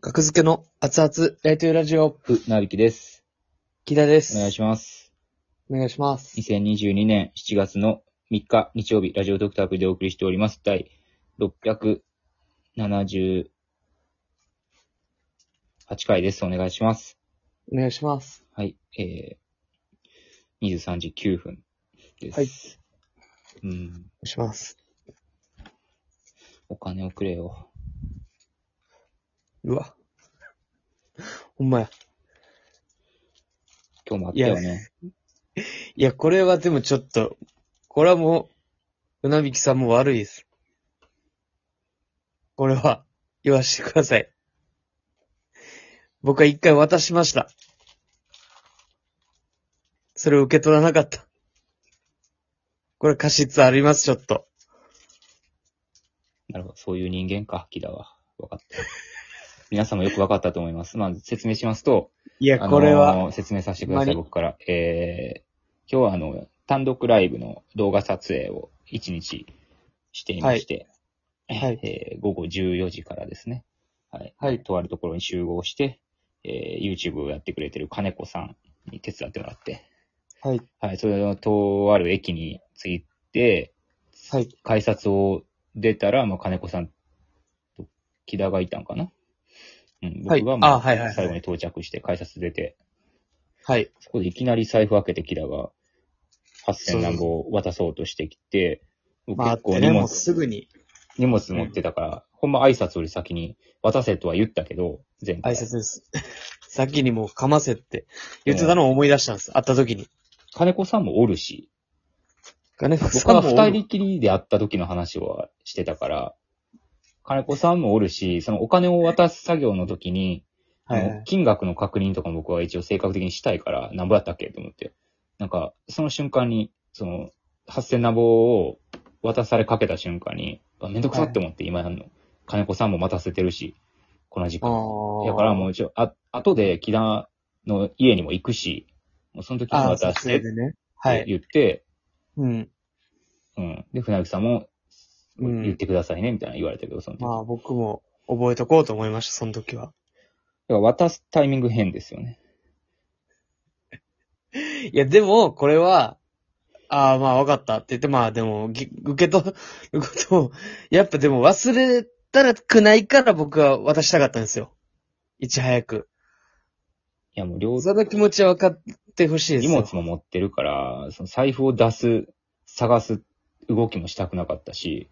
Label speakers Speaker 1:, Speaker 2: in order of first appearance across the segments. Speaker 1: 学付けの熱々、ライトラジオ、
Speaker 2: ふ、なびきです。
Speaker 1: 木田です。
Speaker 2: お願いします。
Speaker 1: お願いします。
Speaker 2: 2022年7月の3日日曜日、ラジオドクターブでお送りしております。第678回です。お願いします。
Speaker 1: お願いします。
Speaker 2: はい、えー、23時9分です。
Speaker 1: はい
Speaker 2: うん、
Speaker 1: お願いします。
Speaker 2: お金をくれよ。
Speaker 1: うわ。ほんまや。
Speaker 2: 今日もあったよね。
Speaker 1: いや、これはでもちょっと、これはもう、うなびきさんも悪いです。これは、言わしてください。僕は一回渡しました。それを受け取らなかった。これ過失あります、ちょっと。
Speaker 2: なるほど。そういう人間か、木田は。わかった。皆様よくわかったと思います。まあ、説明しますと、
Speaker 1: いや、
Speaker 2: あのー
Speaker 1: これは、
Speaker 2: 説明させてくだ
Speaker 1: ほ
Speaker 2: さ
Speaker 1: んま
Speaker 2: い、
Speaker 1: に
Speaker 2: 僕から。えー、今日はあの、単独ライブの動画撮影を1日していまして、
Speaker 1: はい
Speaker 2: えー午後14時からですね、はい。
Speaker 1: はい
Speaker 2: とあるところに集合して、えー、YouTube をやってくれてる金子さんに手伝ってもらって、
Speaker 1: はい、
Speaker 2: はい、それのとある駅に着いて、
Speaker 1: はい、
Speaker 2: 改札を出たら、まあ、金子さんと木田がいたんかな。うん、
Speaker 1: はい
Speaker 2: 僕が、ま
Speaker 1: あはいはいはい
Speaker 2: 最後に到着して、改札出て、
Speaker 1: はい。
Speaker 2: そこでいきなり財布開けてキラが、8000何本を渡そうとしてきて、僕
Speaker 1: まあ、
Speaker 2: 結構
Speaker 1: で
Speaker 2: 荷
Speaker 1: ね、も
Speaker 2: 物、
Speaker 1: うすぐに
Speaker 2: 荷物持ってたから、ほんま挨拶より先に渡せとは言ったけど、前
Speaker 1: 挨
Speaker 2: 回。
Speaker 1: 拶です。 先にもうかませって言ってたのを思い出したんです。会った時に。
Speaker 2: 金子さんもおるし、
Speaker 1: 金子
Speaker 2: 僕
Speaker 1: さ
Speaker 2: は
Speaker 1: んもお
Speaker 2: 二
Speaker 1: る。
Speaker 2: 人きりで会った時の話はしてたから、金子さんもおるし、そのお金を渡す作業の時に、
Speaker 1: はいは
Speaker 2: あの
Speaker 1: い。
Speaker 2: 金額の確認とかも僕は一応性格的にしたいから、なんぼやったっけと思って。なんか、その瞬間に、その、8000ナボを渡されかけた瞬間に、あめんどくさって思って、今やんの。金子さんも待たせてるし、この時
Speaker 1: あ
Speaker 2: 間。
Speaker 1: ー
Speaker 2: だからもう一応、あ、後で木田の家にも行くし、もうその時に
Speaker 1: あー、
Speaker 2: 渡してっ
Speaker 1: 撮影でね。は
Speaker 2: て
Speaker 1: い。
Speaker 2: 言って、
Speaker 1: うん。
Speaker 2: うん。で、船木さんも、
Speaker 1: うん
Speaker 2: 言ってくださいね、みたいな言われたけど、その時。
Speaker 1: まあ僕も覚えとこうと思いました、その時は。
Speaker 2: だから渡すタイミング変ですよね。
Speaker 1: いや、でも、これは、ああ、まあわかったって言って、まあでも、ぎ 受け取ることを、やっぱでも忘れたらくないから僕は渡したかったんですよ。いち早く。
Speaker 2: いや、もう両
Speaker 1: その気持ちは分かってほしいです
Speaker 2: 荷
Speaker 1: よ。
Speaker 2: 物も持ってるから、その財布を出す、探す動きもしたくなかったし、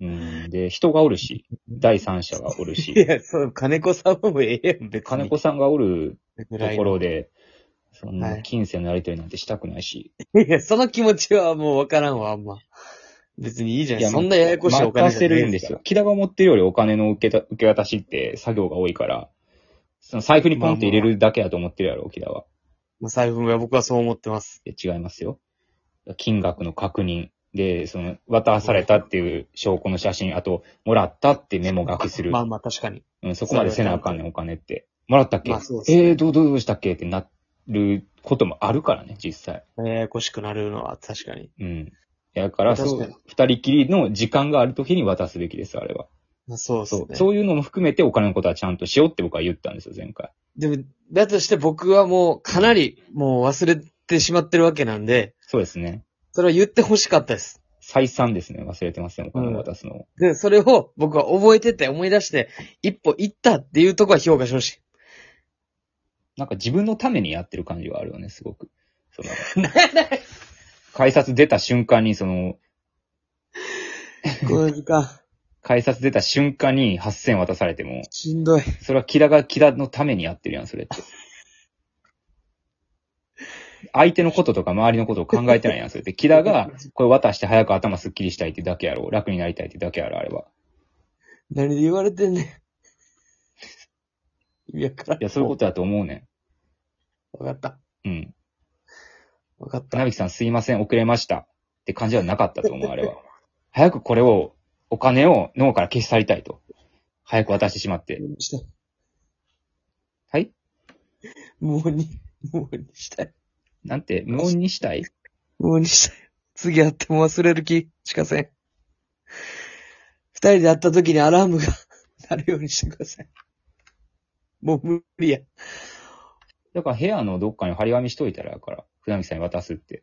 Speaker 2: うん、で、人がおるし、第三者がおる
Speaker 1: い
Speaker 2: し、
Speaker 1: や、そう、金子さんもええやん、別に。
Speaker 2: 金子さんがおる
Speaker 1: ぐ
Speaker 2: と
Speaker 1: らい
Speaker 2: こ
Speaker 1: の。
Speaker 2: ろで、そん
Speaker 1: は
Speaker 2: ない金銭のやり取りなんてしたくないし、
Speaker 1: いや、その気持ちはもうわからんわ、あんま。別にいいじゃない
Speaker 2: いや
Speaker 1: そんなややこしいお金
Speaker 2: 任
Speaker 1: じゃ
Speaker 2: せ
Speaker 1: ない
Speaker 2: るんですよ。。木田が持ってるよりお金の受けた受け渡しって作業が多いから、その財布にポンって入れるだけだと思ってるやろ、木田は。
Speaker 1: まあ財布も僕はそう思ってます。
Speaker 2: いや違いますよ。金額の確認で、その、渡されたっていう証拠の写真、あと、もらったってメモ書きする。
Speaker 1: まあまあ確かに。
Speaker 2: うん、そこまでせなあかんねん、お金って。もらったっけ、
Speaker 1: まあそうですね
Speaker 2: えー、どう、どうしたっけってなることもあるからね、実際。
Speaker 1: ややこしくなるのは確かに。
Speaker 2: うん。だから、そ
Speaker 1: 確か
Speaker 2: う、二人きりの時間がある時に渡すべきです、あれは。
Speaker 1: まあそうです
Speaker 2: そ
Speaker 1: ね
Speaker 2: う。。そういうのも含めてお金のことはちゃんとしようって僕は言ったんですよ、前回。
Speaker 1: でも、だとして僕はもうかなりもう忘れてしまってるわけなんで、
Speaker 2: そうですね。
Speaker 1: それは言ってほしかったです。
Speaker 2: 再三ですね、忘れてますね、お金を渡すのを。
Speaker 1: で、それを僕は覚えてて思い出して、一歩行ったっていうところは評価してほし
Speaker 2: なんか自分のためにやってる感じがあるよね、すごく。その
Speaker 1: い。 なんだよ
Speaker 2: 改札出た瞬間に、その、
Speaker 1: この時間、
Speaker 2: 改札出た瞬間に8000渡されても、
Speaker 1: しんどい。
Speaker 2: それはキラがキラのためにやってるやん、そ れって。相手のこととか周りのことを考えてないやん、それって。キラが、これ渡して早く頭すっきりしたいってだけやろ。楽になりたいってだけやろ、あれは。
Speaker 1: 何で言われてんねん。意味わからん。
Speaker 2: いや、そういうことだと思うね
Speaker 1: と。わかった。
Speaker 2: ん。うん。
Speaker 1: わかった。
Speaker 2: なびきさんすいません、遅れました。って感じはなかったと思う、あれは。 早くこれを、お金を脳から消し去りたいと。早く渡してしまって。
Speaker 1: もうしたい。
Speaker 2: はい
Speaker 1: もうに、もうにしたい。
Speaker 2: なんて、無音にしたい
Speaker 1: もうにしたい。次会っても忘れる気しかせん。二人で会った時にアラームが なるようにしてください。もう無理や。
Speaker 2: だから部屋のどっかに張り紙しといたら、だから、船木さんに渡すって。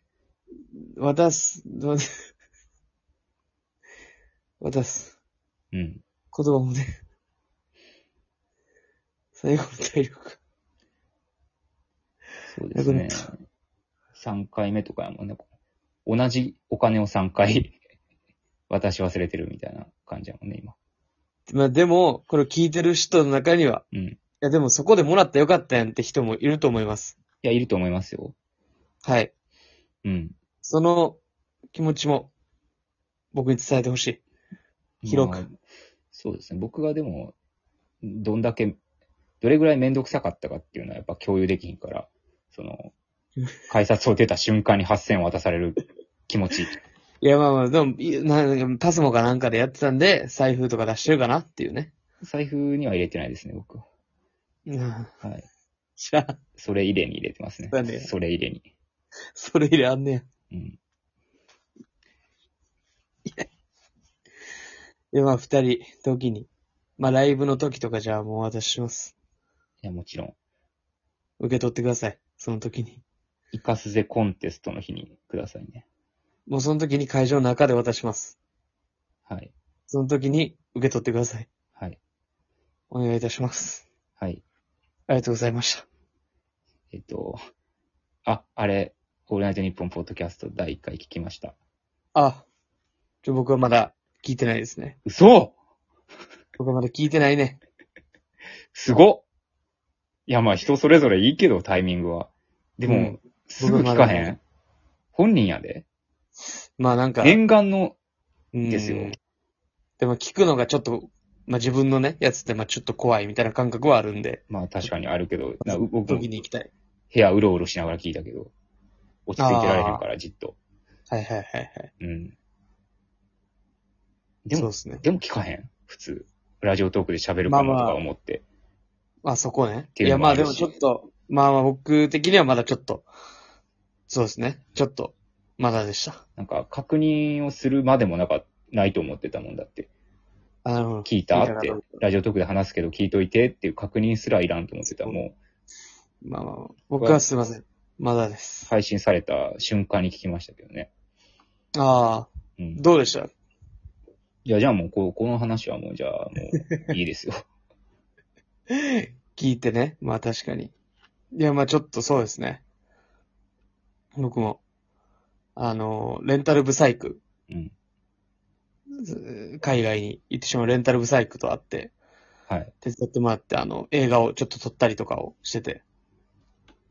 Speaker 1: 渡す、渡す。渡す。
Speaker 2: うん。
Speaker 1: 言葉もね。最後の体力。
Speaker 2: そうですね。3回目とかやもんね。同じお金を3回 渡し忘れてるみたいな感じやもんね、今。
Speaker 1: まあでも、これ聞いてる人の中には、
Speaker 2: うん。い
Speaker 1: いやでもそこでもらったらよかったやんって人もいると思います。
Speaker 2: や、いると思いますよ。
Speaker 1: はい。
Speaker 2: うん。
Speaker 1: その気持ちも僕に伝えてほしい。広く
Speaker 2: まあそうですね。僕がでも、どんだけ、どれぐらいめんどくさかったかっていうのはやっぱ共有できひんから、その、改札を出た瞬間に8000を渡される気持ち。
Speaker 1: いやまあまあ、でも、いなパスモかなんかでやってたんで、財布とか出してるかなっていうね。
Speaker 2: 財布には入れてないですね、僕は。
Speaker 1: うん。
Speaker 2: はい。
Speaker 1: じゃあ、
Speaker 2: それ入れに入れてますね
Speaker 1: そうだね。
Speaker 2: それ入れに。
Speaker 1: それ入れあんねや。
Speaker 2: うん。
Speaker 1: で、まあ、二人、時に。まあ、ライブの時とかじゃあもうお渡しします。
Speaker 2: いや、もちろん。
Speaker 1: 受け取ってください。その時に。
Speaker 2: イカスゼコンテストの日にくださいね。
Speaker 1: もうその時に会場の中で渡します。
Speaker 2: はい。
Speaker 1: その時に受け取ってください。
Speaker 2: はい。
Speaker 1: お願いいたします。
Speaker 2: はい。
Speaker 1: ありがとうございました。
Speaker 2: えっと、あ、あれ、オールナイトニッポンポッドキャスト第1回聞きました。
Speaker 1: あ、ちょ、僕はまだ聞いてないですね。
Speaker 2: 嘘
Speaker 1: 僕はまだ聞いてないね。
Speaker 2: すごっいや、まあ人それぞれいいけど、タイミングは。でも、
Speaker 1: うん
Speaker 2: すぐ聞か
Speaker 1: 僕まだ
Speaker 2: へん
Speaker 1: ね
Speaker 2: 本人やで。
Speaker 1: まあなんか。
Speaker 2: 念願の、
Speaker 1: うん
Speaker 2: ですよ。
Speaker 1: でも聞くのがちょっと、まあ自分のね、やつってまあちょっと怖いみたいな感覚はあるんで、
Speaker 2: まあ確かにあるけど、なう僕も
Speaker 1: 時
Speaker 2: 部
Speaker 1: に行きたい。
Speaker 2: 屋うろうろしながら聞いたけど、落ち着いてられへんから、じっと。
Speaker 1: はいはいはいはい。
Speaker 2: うん。で
Speaker 1: そう
Speaker 2: も
Speaker 1: で、すね。
Speaker 2: でも聞かへん普通。ラジオトークで喋るかもと
Speaker 1: まあま
Speaker 2: か
Speaker 1: あ
Speaker 2: 思って。
Speaker 1: まあそこね。
Speaker 2: て
Speaker 1: い
Speaker 2: い
Speaker 1: や
Speaker 2: うのも
Speaker 1: ま
Speaker 2: あ
Speaker 1: あ
Speaker 2: るし
Speaker 1: でもちょっと、まあまあ僕的にはまだちょっと、そうですね。ちょっと、まだでした。
Speaker 2: なんか、確認をするまでもなか、ないと思ってたもんだって。
Speaker 1: あなるほど。
Speaker 2: 聞いた
Speaker 1: 聞
Speaker 2: っ
Speaker 1: いた
Speaker 2: て
Speaker 1: なと、
Speaker 2: ラジオトークで話すけど聞いといてっていう確認すらいらんと思ってた。
Speaker 1: そう
Speaker 2: も
Speaker 1: まあまあまあ、僕はすいません。まだで
Speaker 2: う、
Speaker 1: す。
Speaker 2: 配信された瞬間に聞きましたけどね。
Speaker 1: ああ、
Speaker 2: うん。
Speaker 1: どうでした
Speaker 2: いや、じゃあもう、こうこの話はもう、じゃあもう、いい ですよ。
Speaker 1: 聞いてね。まあ確かに。いやまあちょっとそうですね。僕も、あの、レンタルブサイク。
Speaker 2: うん。
Speaker 1: ず海外に行ってしまうレンタルブサイクと会って、
Speaker 2: はい。
Speaker 1: 手伝ってもらって、あの、映画をちょっと撮ったりとかをしてて。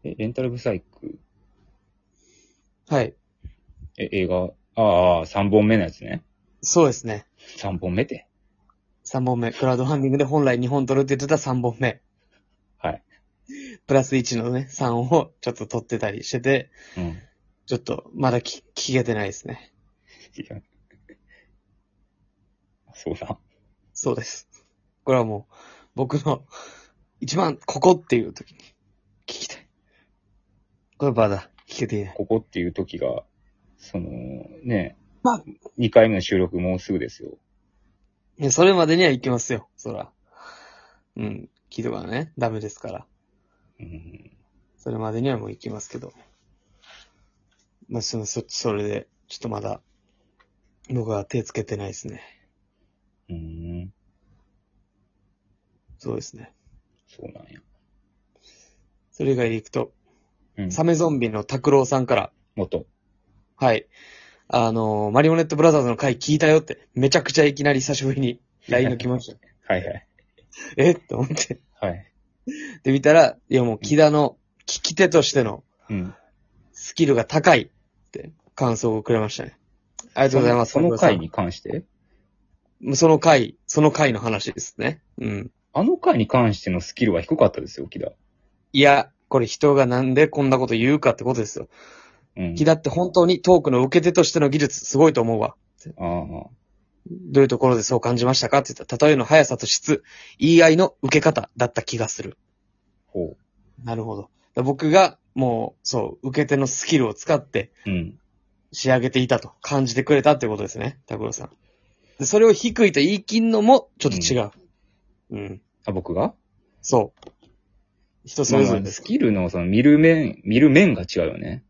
Speaker 2: え、レンタルブサイク、
Speaker 1: はい。
Speaker 2: え、映画、ああ、3本目のやつね。
Speaker 1: そうですね。
Speaker 2: 3本目って。
Speaker 1: 3本目。クラウドファンディングで本来2本撮るって言ってた3本目。
Speaker 2: はい。
Speaker 1: プラス1のね、3をちょっと撮ってたりしてて、
Speaker 2: うん。
Speaker 1: ちょっとまだき聞けてないですね。
Speaker 2: いやそうだ。
Speaker 1: そうです。これはもう、僕の一番ここっていう時に聞きたい。これまだ聞けていない。
Speaker 2: ここっていう時が、その、ね、
Speaker 1: まあ
Speaker 2: 2回目の収録もうすぐですよ。
Speaker 1: いや、それまでには行きますよ、そら。うん。聞いとかね、ダメですから。
Speaker 2: うん。
Speaker 1: それまでにはもう行きますけど。まあ、その、そ、それで、ちょっとまだ、僕は手つけてないですね。
Speaker 2: うん。
Speaker 1: そうですね。
Speaker 2: そうなんや。
Speaker 1: それ以外で行くと、
Speaker 2: うん。
Speaker 1: サメゾンビの拓郎さんから、
Speaker 2: 元。
Speaker 1: はい。あのーマリオネットブラザーズの回聞いたよって、めちゃくちゃいきなり久しぶりに LINE が来ました。
Speaker 2: はいはい。
Speaker 1: えって思って。
Speaker 2: はい。
Speaker 1: で、見たら、いやもう、木田の聞き手としての
Speaker 2: うん。
Speaker 1: スキルが高いって感想をくれましたね。ありがとうございます。
Speaker 2: その回
Speaker 1: に
Speaker 2: に関して
Speaker 1: その回、その回の話ですね。うん。
Speaker 2: あの回に関してのスキルは低かったですよ、木田。
Speaker 1: いや、これ人がなんでこんなこと言うかってことですよ。
Speaker 2: うん。
Speaker 1: 木田って本当にトークの受け手としての技術すごいと思うわ。
Speaker 2: ああ。
Speaker 1: どういうところでそう感じましたかって言ったら、例えの速さと質、言い合いの受け方だった気がする。
Speaker 2: ほ
Speaker 1: なるほど。だから僕がもう、そう、受け手のスキルを使って
Speaker 2: う。うん。
Speaker 1: 仕上げていたと感じてくれたってことですね。拓郎さん。で、それを低いと言い切んのもちょっと違う。うん。
Speaker 2: あ、僕が
Speaker 1: そう。人それぞれ
Speaker 2: まあまあ
Speaker 1: です。
Speaker 2: スキルの、その、見る面、見る面が違うよね。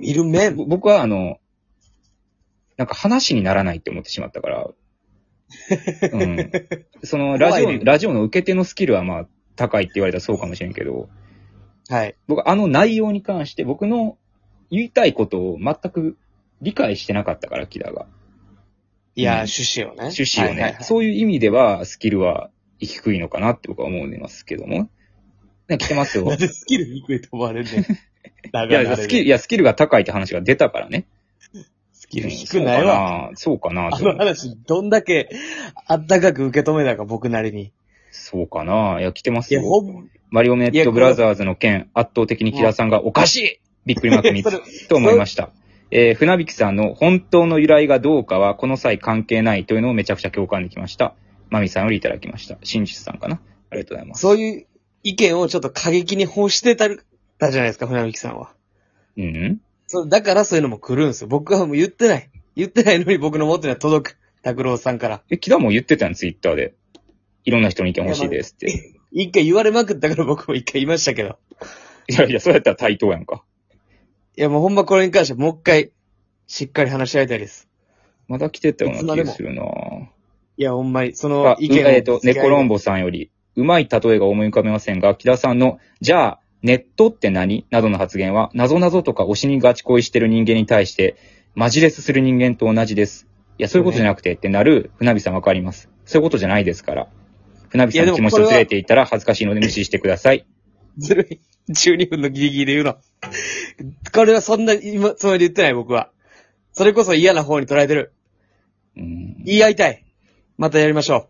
Speaker 1: いる面
Speaker 2: ぼ僕は、あの、なんか話にならないって思ってしまっ たから。うん。その、ラジ
Speaker 1: 怖い
Speaker 2: オ、
Speaker 1: ね
Speaker 2: ラジオの受け手のスキルは、まあ、高いって言われたらそうかもしれんけど、
Speaker 1: はい。
Speaker 2: 僕、あの内容に関して、僕の言いたいことを全く理解してなかったから、キダが。
Speaker 1: いや、
Speaker 2: うん
Speaker 1: 趣旨をね。
Speaker 2: 趣旨
Speaker 1: はい
Speaker 2: をね、
Speaker 1: はいはい
Speaker 2: そういう意味では、スキルは低いのかなって僕は思いますけども。ね、来てますよ
Speaker 1: なん。でスキル低いと思われるねん。だ
Speaker 2: いや、スキル、いや、スキルが高いって話が出たからね。
Speaker 1: スキル低くないわ。
Speaker 2: わ。そうかな、
Speaker 1: あ
Speaker 2: そう
Speaker 1: の
Speaker 2: かな。
Speaker 1: 話、どんだけあったかく受け止めたか、僕なりに。
Speaker 2: そうかな。いや、来てま
Speaker 1: い
Speaker 2: す
Speaker 1: や、
Speaker 2: よ。
Speaker 1: ほん、
Speaker 2: マリオネットブラザーズの件、圧倒的に木田さんがおかしいびっくりマーク 3
Speaker 1: それ
Speaker 2: つと思いました。えー、船引さんの本当の由来がどうかは、この際関係ないというのをめちゃくちゃ共感できました。マミさんよりいただきました。真実さんかな。ありがとうございます。
Speaker 1: そういう意見をちょっと過激に欲してたるたじゃないですか、船引さんは。
Speaker 2: うん
Speaker 1: そう、だからそういうのも来るんですよ。僕はもう言ってない。言ってないのに僕の元には届く。拓郎さんから。
Speaker 2: え、木田も言ってたん、ツイッターで。いろんな人の意見欲しいですって。
Speaker 1: 一回言われまくったから僕も一回言いましたけど。
Speaker 2: いやいや、そうやったら対等やんか。
Speaker 1: いや、もうほんまこれに関してはもう一回、しっかり話し合いたいです。
Speaker 2: まだ来てたよ
Speaker 1: いうつ
Speaker 2: な
Speaker 1: ま
Speaker 2: 気
Speaker 1: で
Speaker 2: が
Speaker 1: も
Speaker 2: するなぁ。
Speaker 1: いや、ほんまに、その、
Speaker 2: あ
Speaker 1: 意
Speaker 2: う
Speaker 1: 見を。
Speaker 2: えっ、と、ネコロンボさんより、うまい例えが思い浮かべませんが、木田さんの、じゃあ、ネットって何などの発言は、なぞなぞとか推しにガチ恋してる人間に対して、マジレスする人間と同じです。いや、そういうことじゃなくて、ってなる、船火さんわかります。そういうことじゃないですから。船火さんの気持ちをずれていたら恥ずかしいので無視してください。
Speaker 1: ずるい。12分のギリギリで言うの。これはそんな、今、つもりで言ってない、僕は。それこそ嫌な方に捉えてる。
Speaker 2: うん
Speaker 1: 言い合いたい。またやりましょう。